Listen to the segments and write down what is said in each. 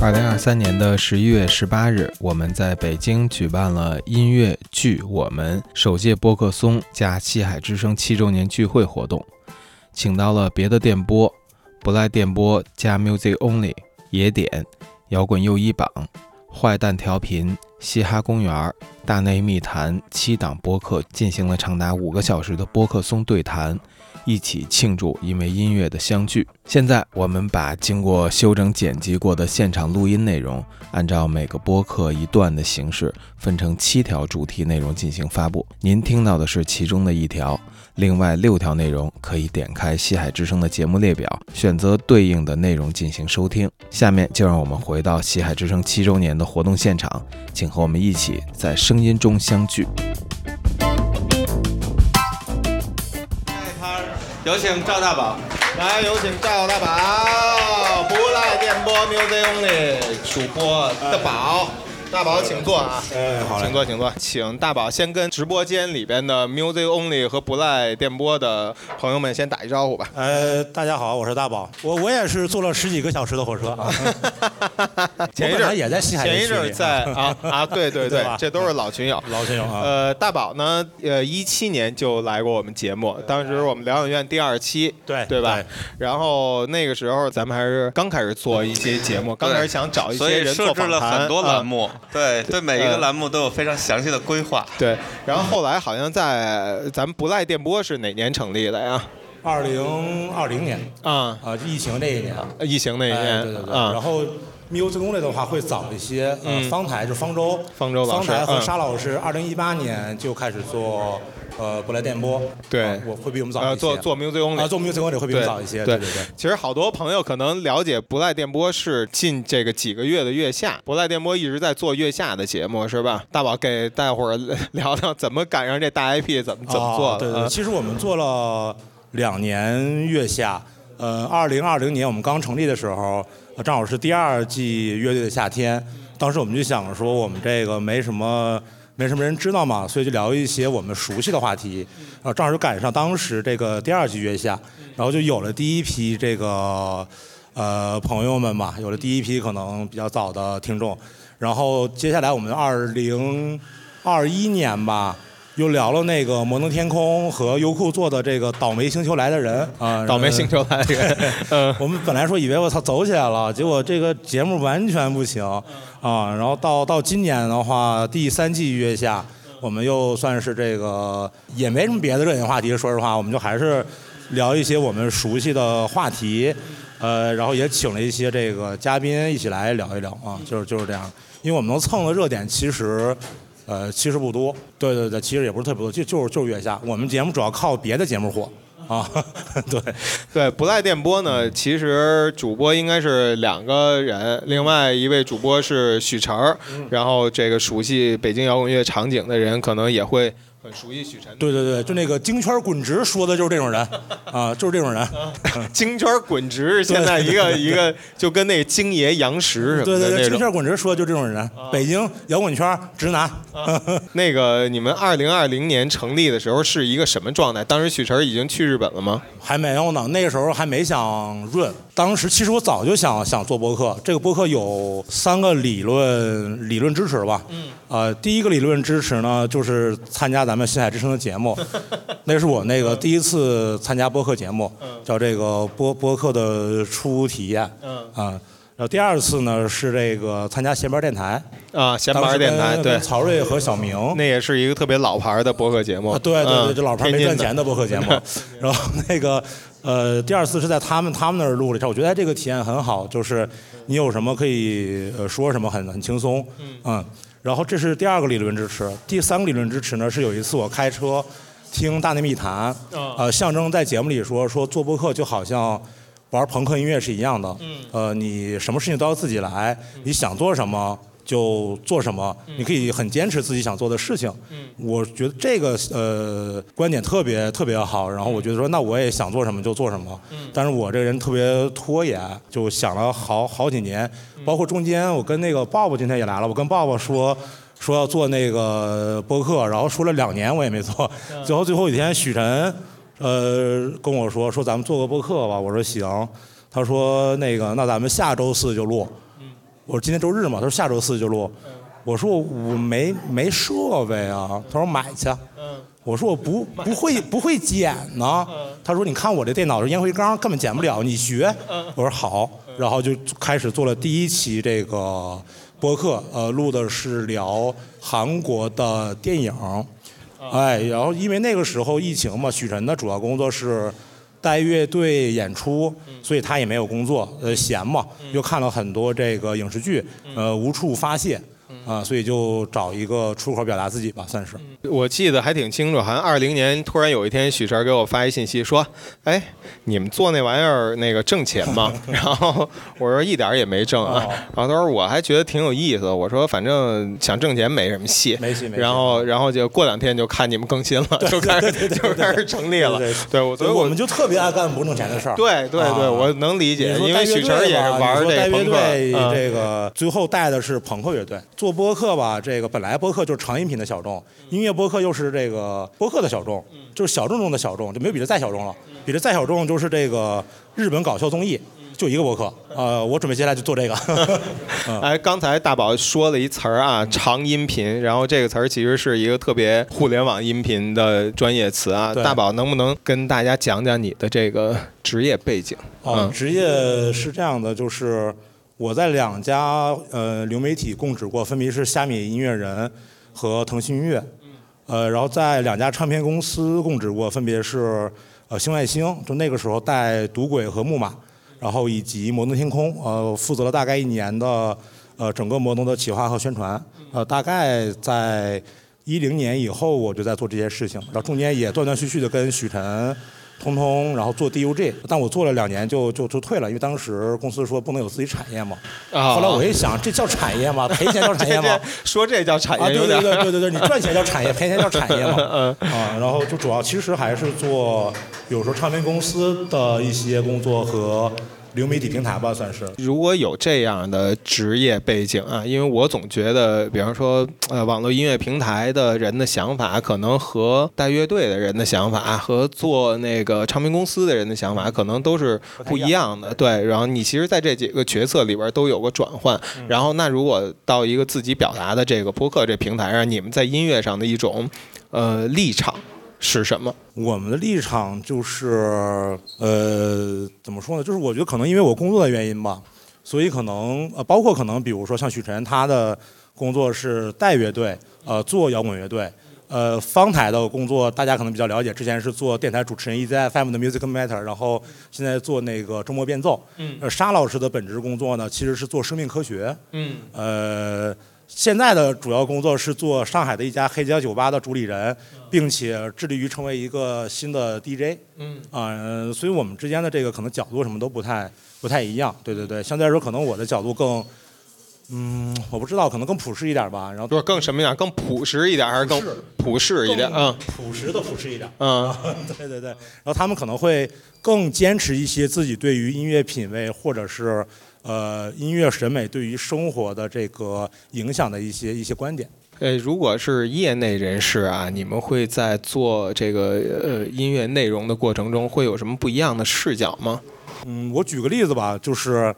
二零二三年的十一月十八日，我们在北京举办了音乐剧《我们》首届播客松加西海之声七周年聚会活动，请到了别的电波、不赖电波加 Music Only、野点、摇滚又一榜、坏蛋调频、嘻哈公园、大内密谈七档播客进行了长达五个小时的播客松对谈，一起庆祝因为音乐的相聚。现在我们把经过修整剪辑过的现场录音内容，按照每个播客一段的形式，分成七条主题内容进行发布。您听到的是其中的一条，另外六条内容可以点开西海之声的节目列表，选择对应的内容进行收听。下面就让我们回到西海之声七周年的活动现场，请和我们一起在声音中相聚。他有请赵大宝，来有请赵大宝，不赖电波 Music Only 主播大宝，大宝请坐啊，哎，好请嘞，坐，请坐，请大宝先跟直播间里边的 Music Only 和不赖电波的朋友们先打一招呼吧。呃，大家好，我是大宝，我我也是坐了十几个小时的火车啊，前一我阵本儿来也在西海前一这阵儿群里在啊啊，对对对对吧，这都是 老群友。老听友啊，呃，大宝呢，呃，一七年就来过我们节目，当时我们疗养院第二期，对对吧对然后那个时候咱们还是刚开始做一些节目，刚开始想找一所些以人设做置访了谈，很多啊栏目，对对每一呃个栏目都有非常详细的规划。对，然后后来好像在咱们不赖电波是哪年成立的呀？二零二零年啊，啊，疫情那一年，疫情那一哎年，对对对，啊然，后。music 攻略的话会早一些，呃，嗯方台就方舟，方舟老方师台和嗯沙老师，二零一八年就开始做，呃，不来电波，对啊我会比我们早一呃，些，做做 music only，啊，做 music 攻略会比我对们早一些，对对对，其实好多朋友可能了解不赖电波是近这个几个月的月下，不赖电波一直在做月下的节目，是吧？大宝给大伙儿聊聊怎么赶上这大 IP，怎么怎么做啊的？对对，对啊其实我们做了两年月下，呃，二零二零年我们刚成立的时候，呃正好是第二季乐队的夏天，当时我们就想着说我们这个没什么。没什么人知道嘛，所以就聊一些我们熟悉的话题，然后正好就赶上当时这个第二季月下，然后就有了第一批这个呃朋友们嘛，有了第一批可能比较早的听众，然后接下来我们二零二一年吧，又聊了那个摩登天空和优酷做的这个《倒霉星球来的人》啊，嗯倒霉星。球来的 人，嗯，我们本来说以为我操走起来了，结果这个节目完全不行啊。然后到到今年的话，第三季月下，我们又算是这个也没什么别的热点话题，说实话，我们就还是聊一些我们熟悉的话题，呃，然后也请了一些这个嘉宾一起来聊一聊啊，就是就是这样，因为我们能蹭的热点其实。呃，其实不多，对对对，其实也不是特别多，就就是就是月下，我们节目主要靠别的节目火啊， 对，对，不赖电波呢，其实主播应该是两个人，另外一位主播是许晨儿，嗯然后这个熟悉北京摇滚乐场景的人，可能也会很熟悉许晨。对对对，就那个京圈滚直说的就是这 种人啊，就是这种人。嗯京圈儿滚直，现在一个一个就跟那京爷杨石什对么对的对，那京种。嗯圈滚直说就这种人。北京摇滚圈直男，那个你们二零二零年成立的时候是一个什么状态？当时许晨儿已经去日本了吗？还没有呢，那个时候还没想润。当时其实我早就想想做播客，这个播客有三个理论理论支持吧。嗯。呃，第一个理论支持呢，就是参加咱们新海之声的节 目，那是我那个第一次参加播客节目，叫这个播播客的初体验。嗯。啊，然后第二次呢是这个参加闲班电台。啊，闲当玩时电台，跟对跟，曹睿和小明。 那也是一个特别老牌儿的播客节目。啊，对对对，嗯就老牌没天津赚钱的播客节目。 然后那个呃，第二次是在他们他们那儿录了一场，我觉得哎这个体验很好，就是你有什么可以呃说什么很，很轻松。嗯，然后这是第二个理论支持，第三个理论支持呢是有一次我开车听《大内密谈》，嗯呃，象征在节目里说说做播客就好像。玩朋克音乐是一样的，呃，你什么事情都要自己来，你想做什么就做什么，你可以很坚持自己想做的事情。我觉得这个呃观点特别特别好，然后我觉得说那我也想做什么就做什么，但是我这个人特别拖延，就想了好好几年，包括中间我跟那个鲍勃今天也来了，我跟鲍勃说。说要做那个播客，然后说了两年我也没做，最后最后一天许晨呃，跟我说说咱们做个播客吧，我说行。他说那个，那咱们下周四就录。我说今天周日嘛，他说下周四就录。我说我没没设备啊，他说买去。我说我不不会不会剪呢。他说你看我这电脑是烟灰缸，根本剪不了，你学。我说好，然后就开始做了第一期这个播客，呃，录的是聊韩国的电影。啊哎，然后因为那个时候疫情嘛，许晨的主要工作是带乐队演出，嗯所以他也没有工作，呃，闲嘛，又看了很多这个影视剧，嗯呃，无处发泄，啊、所以就找一个出口表达自己吧，算是。我记得还挺清楚，好像二零年突然有一天，许晨给我发一信息说：“哎，你们做那玩意儿那个挣钱吗？” 然后我说一点儿也没挣哦啊。然后他说我还觉得挺有意思，我说反正想挣钱没什么戏，没戏没嗯戏然后然后就过两天就看你们更新了，就开始就开始成立了对对。对，我所以我我们就特别爱干不挣钱的事儿。对对对，啊我能理解你，说因带为乐许队吧晨也是玩你说带这乐朋克，队嗯这个最后带的是朋克乐队。做播客吧，这个本来播客就是长音频的小众，音乐播客又是这个播客的小众，嗯就是小众中的小众，就没有比这再小众了。比这再小众就是这个日本搞笑综艺，就一个播客。呃，我准备接下来就 做这个。 嗯哎，刚才大宝说了一词儿啊，长音频，然后这个词儿其实是一个特别互联网音频的专业词啊。对大宝能不能跟大家讲讲你的这个职业背景？哦，职业是这样的，就是我在两家呃流媒体供职过，分别是虾米音乐人和腾讯音乐。呃，然后在两家唱片公司供职过，分别是呃星外星，就那个时候带赌鬼和木马，然后以及摩登天空，呃，负责了大概一年的呃整个摩登的企划和宣传。呃，大概在一零年以后，我就在做这些事情，然后中间也断断续续的跟许晨。通通，然后做 DUG，但我做了两年就就就退了，因为当时公司说不能有自己产业嘛。啊后来我一想，这叫产业 吗？赔钱叫产业吗 这？说这叫产啊，业，对哎有点对嗯对对对对，你赚钱叫产业， 赔钱叫产业嘛。啊，然后就主要其实还是做有时候唱片公司的一些工作和流媒体平台吧，算是。如果有这样的职业背景啊，因为我总觉得，比方说，呃，网络音乐平台的人的想法，可能和带乐队的人的想法，和做那个唱片公司的人的想法，可能都是不一样的。对，然后你其实在这几个角色里边都有个转换。然后，那如果到一个自己表达的这个播客这平台上，你们在音乐上的一种呃立场是什么？我们的立场就是，呃，怎么说呢？就是我觉得可能因为我工作的原因吧，所以可能呃，包括可能比如说像许晨，他的工作是带乐队，呃，做摇滚乐队。呃，方台的工作大家可能比较了解，之前是做电台主持人 EZFM 的 Music Matter，然后现在做那个周末变奏。嗯。呃，沙老师的本职工作呢，其实是做生命科学。嗯，呃，现在的主要工作是做上海的一家黑胶酒吧的主理人，并且致力于成为一个新的 DJ。嗯，啊、呃所以我们之间的这个可能角度什么都不太不太一样。对对对，相对来说，可能我的角度更，嗯，我不知道，可能更朴实一点吧。然后就是更什么样？更朴实一点，还是更普世一点？嗯朴实的朴实一点。嗯。 对对对，然后他们可能会更坚持一些自己对于音乐品味或者是呃音乐审美对于生活的这个影响的一些一些观点。呃，如果是业内人士啊，你们会在做这个呃音乐内容的过程中，会有什么不一样的视角吗？嗯，我举个例子吧，就是，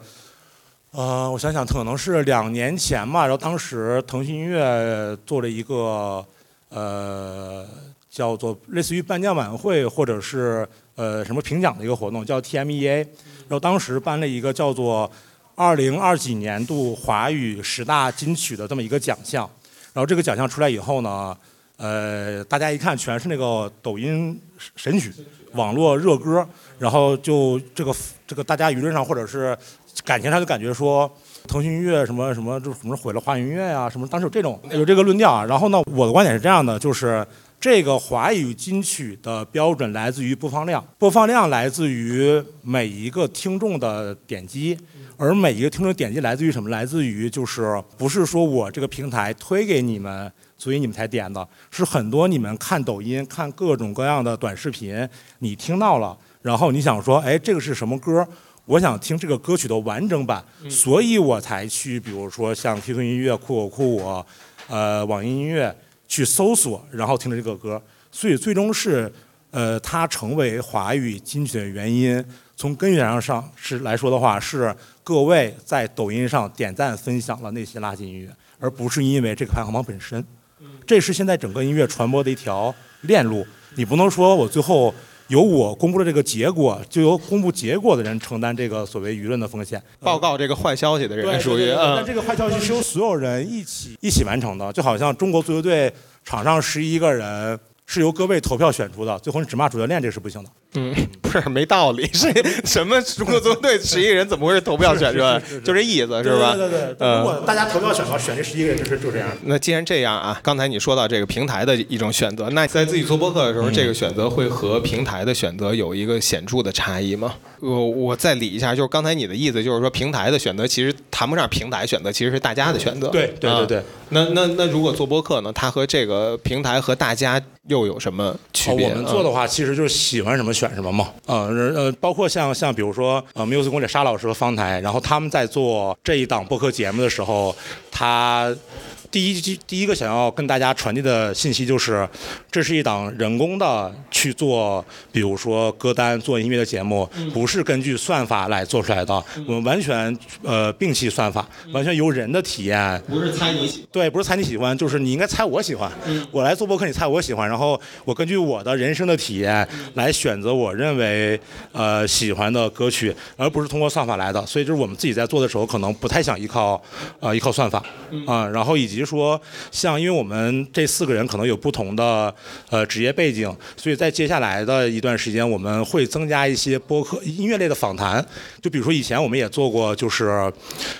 呃，我想想，可能是两年前吧，然后当时腾讯音乐做了一个呃叫做类似于颁奖晚会或者是呃什么评奖的一个活动，叫 TMEA，然后当时颁了一个叫做二零二几年度华语十大金曲的这么一个奖项，然后这个奖项出来以后呢，呃，大家一看全是那个抖音神曲、网络热歌，然后就这个这个大家舆论上或者是感情上就感觉说。腾讯音乐什么什么就什么毁了华语音乐呀、什么当时有这种有这个论调啊。然后呢，我的观点是这样的，就是这个华语金曲的标准来自于播放量，播放量来自于每一个听众的点击，而每一个听众点击来自于什么？来自于就是不是说我这个平台推给你们。所以你们才点的，是很多你们看抖音、看各种各样的短视频，你听到了，然后你想说，哎，这个是什么歌？我想听这个歌曲的完整版，所以我才去，比如说像 QQ 音乐、酷我酷我、呃网易音乐去搜索，然后听着这个歌，所以最终是，呃，它成为华语金曲的原因，从根源上上是来说的话，是各位在抖音上点赞分享了那些垃圾音乐，而不是因为这个排行榜本身。这是现在整个音乐传播的一条链路。你不能说我最后由我公布了这个结果，就由公布结果的人承担这个所谓舆论的风险。报告这个坏消息的嗯对人对属于对对嗯但这个坏消息是由所有人一起一起完成的，就好像中国足球队场上十一个人是由各位投票选出的，最后你只骂主教练，这个是不行的。嗯，不是没道理，是什么中国足球 队十一人怎么会是投票选出来？就这意思是吧？对对对对，如嗯。果大家投票选的话，选这十一个人就是就这样。那既然这样啊，刚才你说到这个平台的一种选择，那在自己做播客的时嗯候，这个选择会和平台的选择有一个显著的差异吗？我我再理一下，就是刚才你的意思，就是说平台的选择其实谈不上平台选择，其实是大家的选择。对对对对啊那那那如果做播客呢，它和这个平台和大家又有什么区哦，别？啊嗯我们做的话，其实就是喜欢什么选什么嘛。呃呃，包括像像比如说呃，Music 公里沙老师和方台，然后他们在做这一档播客节目的时候，他第一第第一个想要跟大家传递的信息就是，这是一档人工的去做，比如说歌单、做音乐的节目，嗯不是根据算法来做出来的。我们完全呃摒弃算法，完全由人的体验嗯不是猜你喜对，不是猜你喜欢，就是你应该猜我喜欢。我来做播客，你猜我喜欢，然后我根据我的人生的体验来选择我认为呃喜欢的歌曲，而不是通过算法来的。所以就是我们自己在做的时候，可能不太想依靠呃依靠算法啊、然后以及说像因为我们这四个人可能有不同的呃职业背景，所以在接下来的一段时间，我们会增加一些播客音乐类的访谈。就比如说以前我们也做过，就是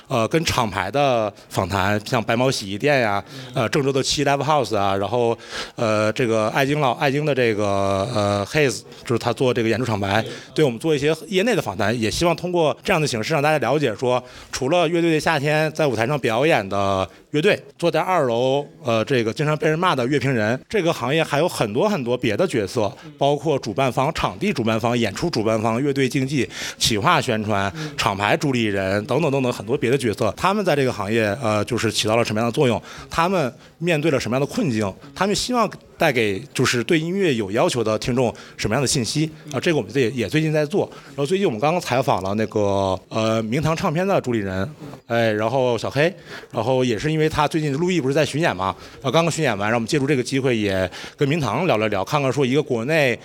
呃跟厂牌的访谈，像白毛洗衣店呀、呃郑州的七 Live House 啊，然后呃这个艾京老艾京的这个呃 Haze，就是他做这个演出厂牌，对我们做一些业内的访谈，也希望通过这样的形式让大家了解说，除了乐队的夏天在舞台上表演的乐队，坐在二楼呃这个经常被人骂的乐评人，这个行业还有很多很多别的角色，包括主办方、场地主办方、演出主办方、乐队经纪、企划宣传、厂牌主理人等等等等很多别的角色，他们在这个行业呃就是起到了什么样的作用？他们面对了什么样的困境？他们希望带给就是对音乐有要求的听众什么样的信息啊、这个我们也也最近在做。然后最近我们刚刚采访了那个呃明堂唱片的主理人，哎，然后小黑，然后也是因为他最近陆毅不是在巡演嘛，呃刚刚巡演完，让我们借助这个机会也跟明堂聊了聊，看看说一个国内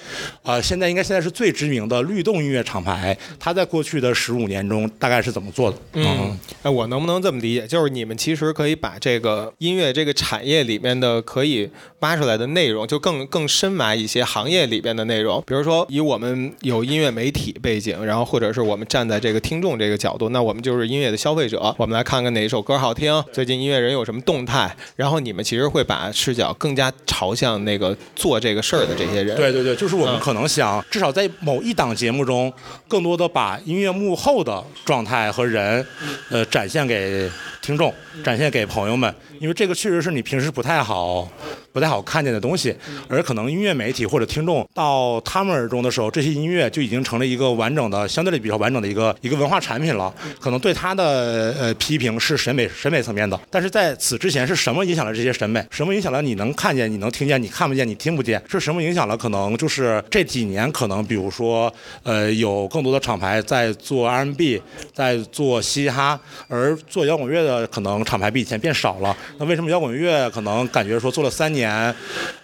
啊、现在应该现在是最知名的律动音乐厂牌，他在过去的十五年中大概是怎么做的？嗯，哎，我能不能这么理解？就是你们其实可以把这个音乐这个产业里面的可以挖出来的内容，就更更深挖一些行业里边的内容。比如说，以我们有音乐媒体背景，然后或者是我们站在这个听众这个角度，那我们就是音乐的消费者，我们来看看哪一首歌好听，最近音乐人有什么动态。然后你们其实会把视角更加朝向那个做这个事儿的这些人。对对对，就是我们可能想，至少在某一档节目中，更多的把音乐幕后的状态和人，呃，展现给听众，展现给朋友们，因为这个确实是你平时不太好、不太好看见的东西，而可能音乐媒体或者听众到他们耳中的时候，这些音乐就已经成了一个完整的、相对比较完整的一个一个文化产品了。可能对他的呃批评是审美审美层面的，但是在此之前是什么影响了这些审美？什么影响了你能看见、你能听见、你看不见、你听不见？是什么影响了？可能就是这几年，可能比如说呃有更多的厂牌在做 R&B，在做嘻哈，而做摇滚乐的可能厂牌比以前变少了。那为什么摇滚乐可能感觉说做了三年，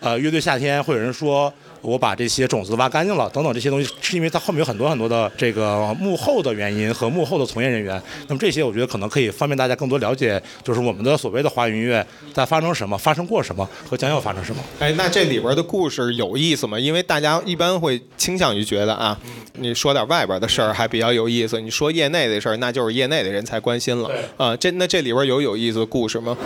呃乐队夏天会有人说？我把这些种子挖干净了，等等这些东西，是因为它后面有很多很多的这个幕后的原因和幕后的从业人员。那么这些我觉得可能可以方便大家更多了解，就是我们的所谓的华语音乐在发生什么、发生过什么和将要发生什么。哎，那这里边的故事有意思吗？因为大家一般会倾向于觉得啊，嗯你说点外边的事儿还比较有意思，你说业内的事儿，那就是业内的人才关心了啊、这那这里边有有意思的故事吗？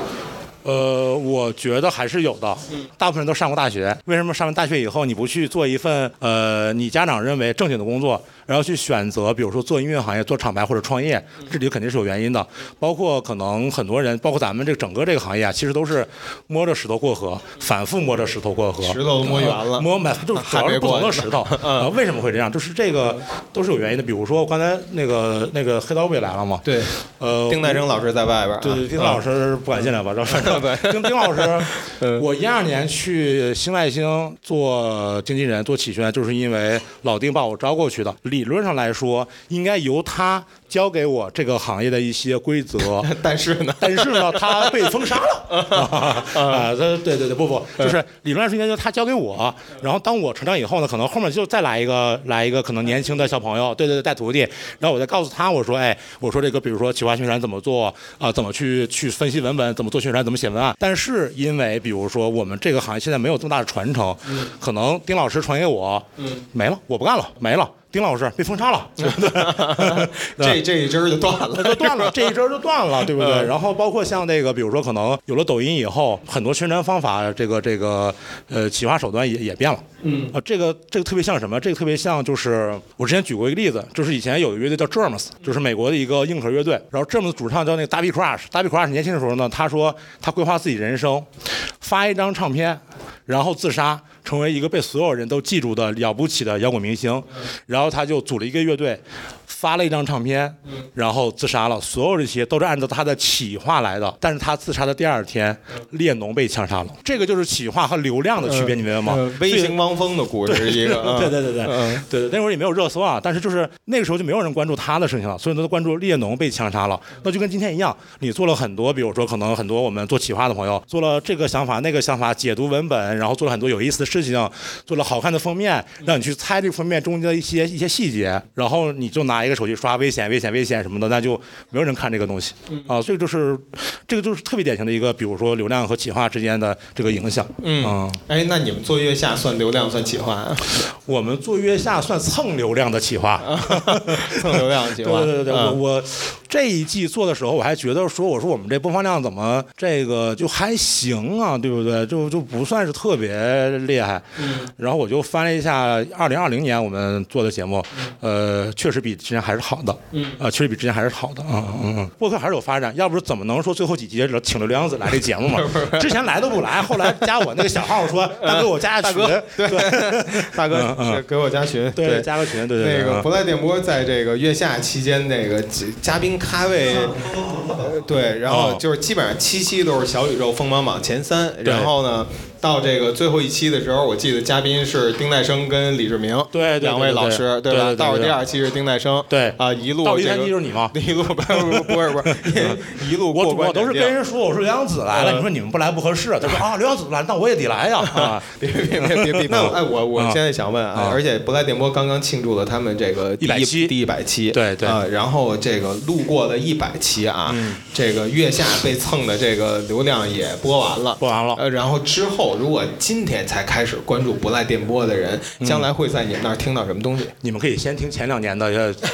呃，我觉得还是有的。嗯大部分人都上过大学，为什么上完大学以后你不去做一份呃你家长认为正经的工作，然后去选择，比如说做音乐行业、做厂牌或者创业，嗯这里肯定是有原因的。包括可能很多人，包括咱们这整个这个行业啊，其实都是摸着石头过河，反复摸着石头过河，石头都摸圆了摸满就是主要是不同的石头。还没过呢嗯呃，为什么会这样？就是这个都是有原因的。比如说刚才那个那个黑刀不也来了吗？，对，呃，丁代生老师在外边、啊，对对，丁老师，师不敢 进来吧？然后反正对嗯丁丁老 师，我一二年去新外星做经纪人做企宣，就是因为老丁把我招过去的。理论上来说，应该由他教给我这个行业的一些 规则，但是呢，但是呢，他被封杀了 啊！嗯他对对对，不不，就是理论上是应该就是他教给我，然后当我成长以后呢，可能后面就再来一个来一个可能年轻的小朋友，对对对，带徒弟，然后我再告诉他，我说，哎，我说这个比如说企划宣传怎么做啊、怎么去去分析文本，怎么做宣传，怎么写文案。但是因为比如说我们这个行业现在没有这么大的传承，可能丁老师传给我，没了，我不干了，没了。丁老师被封杀 了，对不对？这这一针儿就断那了，就断了，这一针就断了，对不对？然后包括像那个，比如说可能有了抖音以后，很多宣传方法，这个这个呃企划手段也也变了。嗯，啊，这个这个特别像什么？这个特别像就是我之前举过一个例子，就是以前有一个乐队叫 Germs，就是美国的一个硬核乐队。然后 Germs 主唱叫那个 Davy Crush。Davy Crush 年轻的时候呢，他说他规划自己人生，发一张唱片，然后自杀，成为一个被所有人都记住的了不起的摇滚明星。然后他就组了一个乐队，发了一张唱片，然后自杀了。所有这些都是按照他的企划来的，但是他自杀的第二天，列侬被枪杀了。这个就是企划和流量的区别，你明白吗？呃微型汪峰的故事一个，嗯对对对对嗯对对，那会儿也没有热搜啊，但是就是那个时候就没有人关注他的事情了，所有人都关注列侬被枪杀了。那就跟今天一样，你做了很多，比如说可能很多我们做企划的朋友做了这个想法那个想法，解读文本，然后做了很多有意思的事情，做了好看的封面，让你去猜这个封面中间的一些一些细节，然后你就拿一个手机刷危险危险危险什么的，那就没有人看这个东西啊，所以就是这个就是特别典型的一个，比如说流量和企划之间的这个影响，嗯，哎，那你们做月下算流量算企划啊？ 我们做月下算蹭流量的企划。蹭流量企对划？对对对，我嗯我这一季做的时候，我还觉得说，我说我们这播放量怎么这个就还行啊，对不对？就就不算是特别厉害。然后我就翻了一下二零二零年我们做的节目，呃，确实比之前还是好的。嗯，啊，确实比之前还是好的。嗯嗯嗯，播客还是有发展，要不怎么能说最后几集请刘亮子来这节目嘛？之前来都不来，后来加我那个小号说，大哥我加下群，对，大哥嗯是给我加群，对，加个群，对对对。那个嗯不赖电波在这个月下期间，那个嘉嘉宾咖位，呃对，然后哦就是基本上七期都是小宇宙锋芒榜前三，对然后呢，到这个最后一期的时候，我记得嘉宾是丁奈生跟李志明，对对对两位老师，对对吧？对对到了对第二期是丁奈生，对啊，一路到了这第三个期就是你吗？ 一路不是不是不是，一一路我过关我都是斩跟将人说，我说刘洋子来了，嗯你说你们不来不合适。他说啊，刘洋子不来，那我也得来 呀。啊，别别别别别！ 那哎，我我啊现在想问啊啊，而且不赖电波刚刚庆祝了他们这个第100期第一百期，对对嗯啊，然后这个路过了一百期啊，这个月下被蹭的这个流量也播完了，播完了呃，然后之后如果今天才开始关注不赖电波的人，嗯将来会在你们那儿听到什么东西？你们可以先听前两年的，呃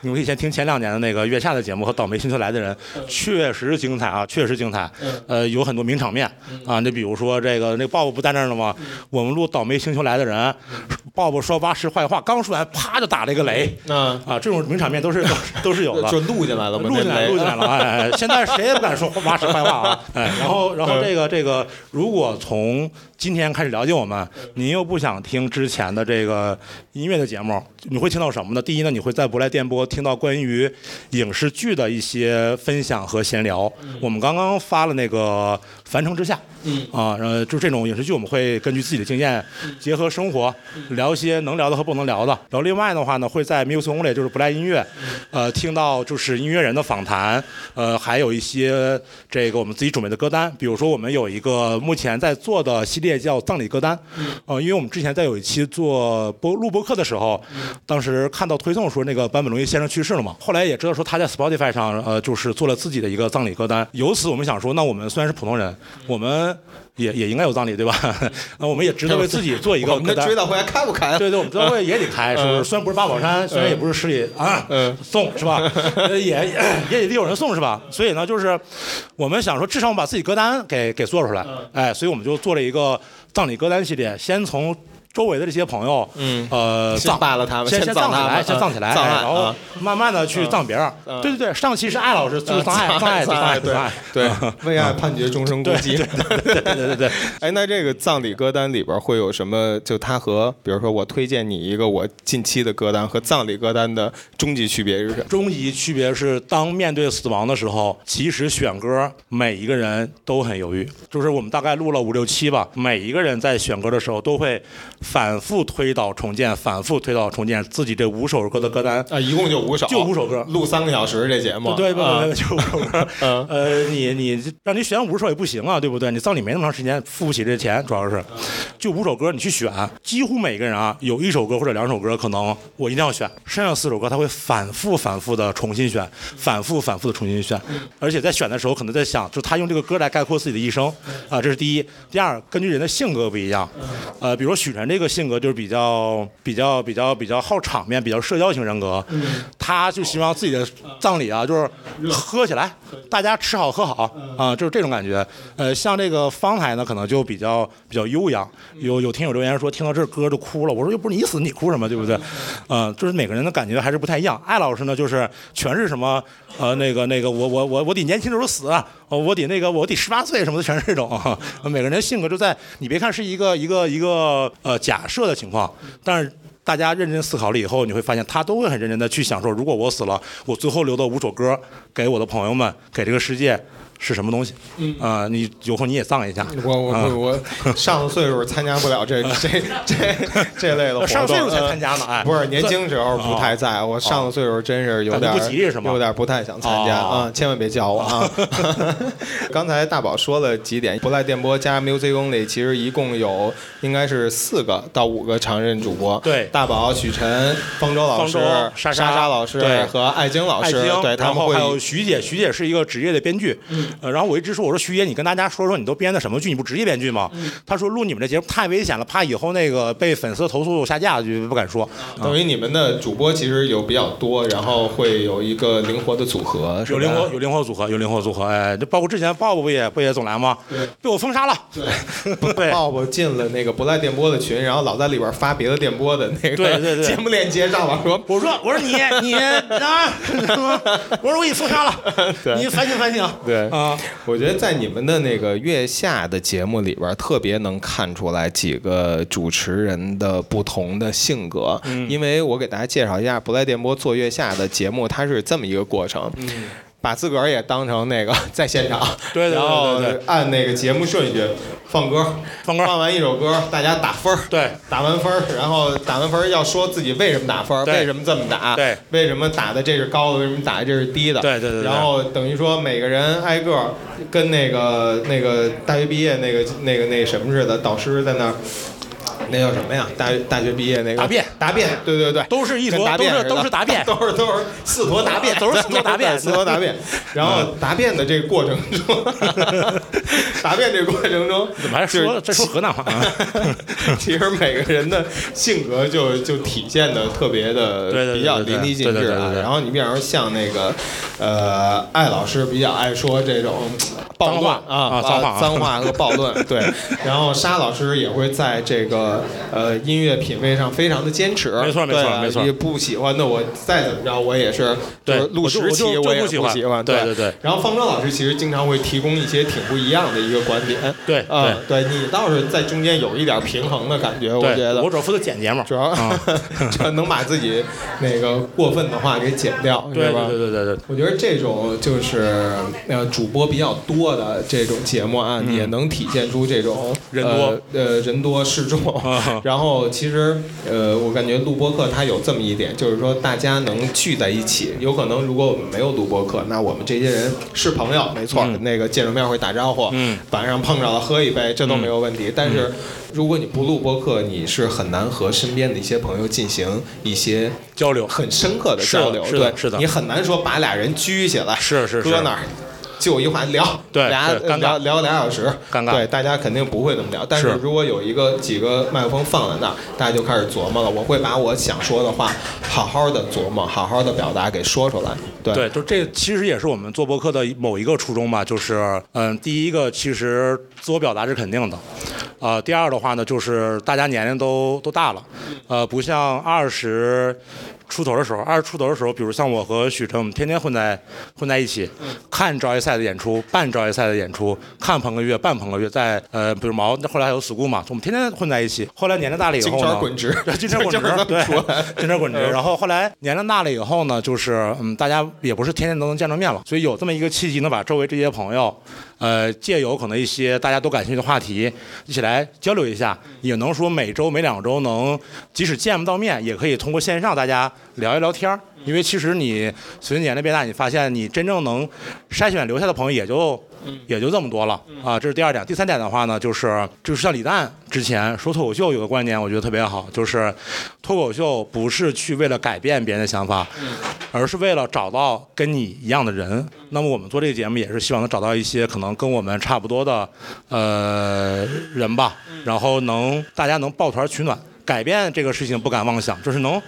你们可以先听前两年的那个月下的节目和倒霉星球来的人，嗯确实精彩啊，确实精彩。呃，有很多名场面嗯啊，那比如说这个那鲍勃不在那儿了吗？我们录倒霉星球来的人，嗯鲍勃说蛙师坏话，刚说完啪就打了一个雷。那啊，这种名场面都是都是都是 有的，就录进来了吗？录进来，这录雷进来了。哎，哎现在谁也不敢说挖屎坏话啊！ 哎，然后，然后嗯这个这个，如果从今天开始了解我们，您又不想听之前的这个音乐的节目，你会听到什么呢？第一呢，你会在不来电波听到关于影视剧的一些分享和闲聊。我们刚刚发了那个《凡城之下》，嗯啊，然后就这种影视剧，我们会根据自己的经验，结合生活，聊一些能聊的和不能聊的。然后另外的话呢，会在 Music Only 就是不赖音乐，呃，听到就是音乐人的访谈，呃，还有一些这个我们自己准备的歌单，比如说我们有一个目前在做的系列叫葬礼歌单，嗯呃，因为我们之前在有一期做播录播课的时候，嗯当时看到推送说那个坂本龙一先生去世了嘛，后来也知道说他在 Spotify 上呃就是做了自己的一个葬礼歌单，由此我们想说，那我们虽然是普通人，嗯我们。也也应该有葬礼对吧？ 那我们也值得为自己做一个我歌们单。这追悼嗯会还开不开？对对，我们知道会也得开，是不是？虽然不是八宝山，虽然也不是十里啊嗯，送是吧？呃也也也得有人送是吧？所以呢，就是我们想说，至少我们把自己歌单给给做出来，哎，所以我们就做了一个葬礼歌单系列，先从。周围的这些朋友，嗯呃，先葬罢了他们先先葬葬起他们来，先葬起来，嗯葬哎爱然后啊慢慢的去葬别人。嗯对对对，上期是艾老师，就是 葬爱，葬爱，爱葬爱爱，对葬爱，对嗯， 为爱判决 终身孤寂。对对对对对。哎，那这个葬礼歌单里边会有什么？就它和比如说我推荐你一个我近期的歌单和葬礼歌单的终极区别是什么？终极区别是，当面对死亡的时候，其实选歌每一个人都很犹豫。就是我们大概录了五六期吧，每一个人在选歌的时候都会反复推倒重建，反复推倒重建自己这五首歌的歌单啊，一共就五首，就五首歌，录三个小时这节目，对对啊对，对 就五首歌。嗯呃，你你让你选五首也不行啊，对不对？你葬礼没那么长时间，付不起这钱，主要是，就五首歌你去选，几乎每个人啊有一首歌或者两首歌，可能我一定要选，剩下四首歌他会反复反复的重新选，反复反复的重新选，而且在选的时候可能在想，就他用这个歌来概括自己的一生啊，这是第一。第二，根据人的性格不一样，呃，比如说许晨这个性格就是比较比较比较比较好场面，比较社交型人格，他就希望自己的葬礼啊，就是喝起来，大家吃好喝好啊、就是这种感觉。呃，像这个方台呢，可能就比较比较悠扬。有有听友留言说，听到这歌就哭了。我说又不是你死你哭什么，对不对？嗯、就是每个人的感觉还是不太一样。艾老师呢，就是全是什么呃那个那个我我我我得年轻的时候死、啊，哦我得那个我得十八岁什么的，全是这种。啊每个人的性格就在你别看是一个一个一个呃假设的情况，但是。大家认真思考了以后，你会发现他都会很认真的去想说，如果我死了，我最后留的五首歌给我的朋友们，给这个世界是什么东西？嗯啊、你有空你也葬一下。 我我我我上了岁数参加不了这这这这类的活动，上岁数才嗯参加呢哎不是年轻时候哦不太在，我上了岁数真是有感觉点不吉利是吗有点不太想参加哦啊，千万别叫我 啊！刚才大宝说了几点，不赖电波加 Music Only，其实一共有应该是四个到五个常任主播，对大宝、许晨、方舟老师方舟、莎莎莎莎老师对和艾晶老爱师听，，对他然们后会还有徐姐，徐姐是一个职业的编剧，呃，然后我一直说，我说徐姐，你跟大家说说你都编的什么剧？你不职业编剧吗？她说录你们这节目太危险了，怕以后那个被粉丝投诉下架，就不敢说。等于你们的主播其实有比较多，然后会有一个灵活的组合，是吧有灵活有灵活组合，有灵活组合，哎，这包括之前鲍勃不也不也总来吗？被我封杀了。对 对，鲍勃进了那个不赖电波的群，然后老在里边发别的电波的那个对对对节目链接上网说我说我说 你你啊，什么我说我给你封杀 了对，你反省反省。对啊， 我觉得在你们的那个月下的节目里边儿，特别能看出来几个主持人的不同的性格。嗯因为我给大家介绍一下不赖电波做月下的节目，它是这么一个过程。嗯把自个儿也当成那个 在现场，对对对然后对对按那个节目顺序放歌，放歌放完一首歌，大家打分儿，对，打完分儿，然后打完分儿要说自己为什么打分儿，对为什么这么打，对，为什么打的这是高的，为什么打的这是低的，对对对对然后等于说每个人挨个儿跟那个那个大学毕业那个那个那什么似的，导师在那儿。那叫什么呀？大大学毕业那个答辩答辩，对对对，都是一坨跟答辩都似是的都是答辩 都是都是四坨答辩，都是四坨答辩 四坨答辩。然后答辩的这个过程中， 答辩这个过程中，怎么还就是说这说河南话啊？其实每个人的性格就就体现的特别的对对对比较对对淋漓尽对致对对啊对。对然后你比方说像那个呃艾老师比较爱说这种暴脏论话啊啊脏话啊脏话和暴 论对。然后沙老师也会在这个呃音乐品味上非常的坚持，没错没对错啊没错也不喜欢的我再怎么着我也是就对是录我就十期我就我也就不喜喜欢欢对对对对。然后方舟老师其实经常会提供一些挺不一样的一个观点，对啊对你倒是在中间有一点平衡的感觉，我觉对，得 我主要负责剪节目。主要、 啊 主要能把自己那个过分的话给减掉，对是吧？对对对对对。我觉得这种就是呃主播比较多的这种节目啊，也能体现出这种嗯人多呃呃人多势众。啊然后其实呃，我感觉录播课它有这么一点，就是说大家能聚在一起。有可能如果我们没有录播课，那我们这些人是朋友，没错，那个见着面会打招呼，嗯晚上碰着了喝一杯，这都没有问题。但是如果你不录播课，你是很难和身边的一些朋友进行一些交流很深刻的是的交流，是的对是的你很难说把俩人拘起来，是是是搁那儿。就一话聊，对俩对尴尬聊聊俩小时，尴尬对，大家肯定不会那么聊。但是是如果有一个几个麦克风放在那儿，大家就开始琢磨了。我会把我想说的话好好的琢磨，好好的表达给说出来。对，对，就这其实也是我们做博客的某一个初衷吧，就是嗯，第一个其实自我表达是肯定的，呃，第二的话呢，就是大家年龄都都大了，呃，不像二十出头的时候，二十出头的时候，比如像我和许晨，我们天天混在混在一起，看职业赛的演出，办职业赛的演出，看朋克乐，办朋克乐，在呃，比如毛，那后来还有 school 嘛，我们天天混在一起。后来年龄大了以后经呢常，滚直 对经常滚 直就是这么，对说，嗯经常滚直。然后后来年龄大了以后呢，就是嗯，大家也不是天天都能见着面了，所以有这么一个契机，能把周围这些朋友，呃，借由可能一些大家都感兴趣的话题，一起来交流一下，也能说每周每两周能，即使见不到面，也可以通过线上大家聊一聊天儿。因为其实你随着年龄变大，你发现你真正能筛选留下的朋友也就也就这么多了啊，这是第二点。第三点的话呢，就是就是像李诞之前说脱口秀有个观点，我觉得特别好，就是脱口秀不是去为了改变别人的想法，而是为了找到跟你一样的人。那么我们做这个节目也是希望能找到一些可能跟我们差不多的呃人吧，然后能大家能抱团取暖。改变这个事情不敢妄想，就是能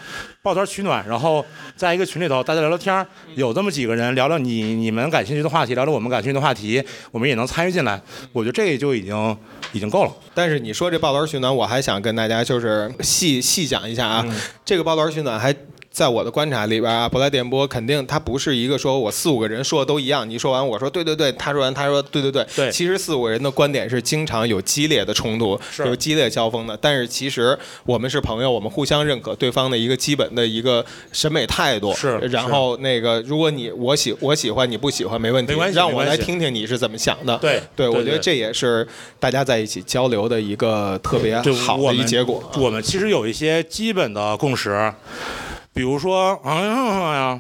抱团取暖，然后在一个群里头大家聊聊天儿，有这么几个人聊聊你你们感兴趣的话题，聊聊我们感兴趣的话题，我们也能参与进来。我觉得这就已经已经够了。但是你说这抱团取暖，我还想跟大家就是细细讲一下啊，嗯这个抱团取暖还。在我的观察里边啊，不来电波肯定它不是一个说我四五个人说的都一样，你说完我说对对对，他说完他说对对对，对其实四五个人的观点是经常有激烈的冲突，是有激烈交锋的。但是其实我们是朋友，我们互相认可对方的一个基本的一个审美态度。是然是后那个如果你我喜我喜欢你不喜欢没问题，没关系让没我关来系听听你是怎么想的。 对对，我对觉得对这也是大家在一起交流的一个特别对好我的一们结果。我们其实有一些基本的共识，比如说嗯呀，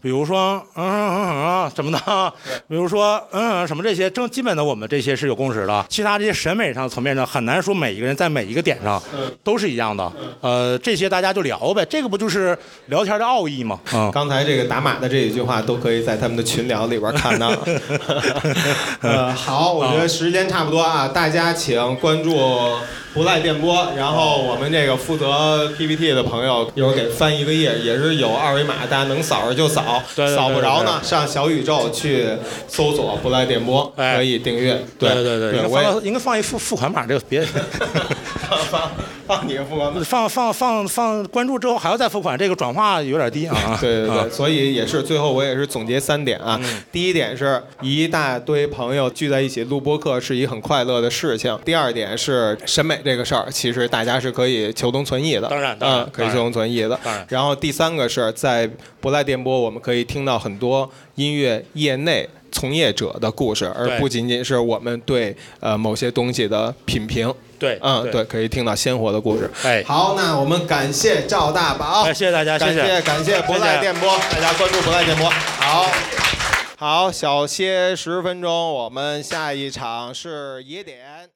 比如说嗯啊什么的，比如说嗯什么这些，正基本的我们这些是有共识的。其他这些审美上层面上，很难说每一个人在每一个点上都是一样的。呃，这些大家就聊呗，这个不就是聊天的奥义吗？嗯。刚才这个打码的这一句话都可以在他们的群聊里边看 到。呃，好，我觉得时间差不多啊，大家请关注不赖电波，然后我们这个负责 PPT 的朋友一会儿给翻一个页，也是有二维码，大家能扫着就扫，对对对扫不着呢对上小宇宙去搜索不赖电波，哎可以订阅。对对对对，应该我也放到应该放一付付款码，这个 别 放放放你个副官吧。放放放放关注之后还要再付款，这个转化有点低 啊。对对啊对，所以也是最后我也是总结三点啊。嗯第一点是一大堆朋友聚在一起录播客是一很快乐的事情。第二点是审美这个事儿，其实大家是可以求同存异的，当然当然嗯可以求同存异的。当然然后第三个是在不赖电波，我们可以听到很多音乐业内。从业者的故事，而对不仅仅是我们对呃某些东西的品评。对嗯，啊对对，可以听到鲜活的故事。哎好，那我们感谢赵大宝，哎谢谢大家感谢谢谢感谢不赖谢谢电波，大家关注不赖电波。好，好，小歇十分钟，我们下一场是野点。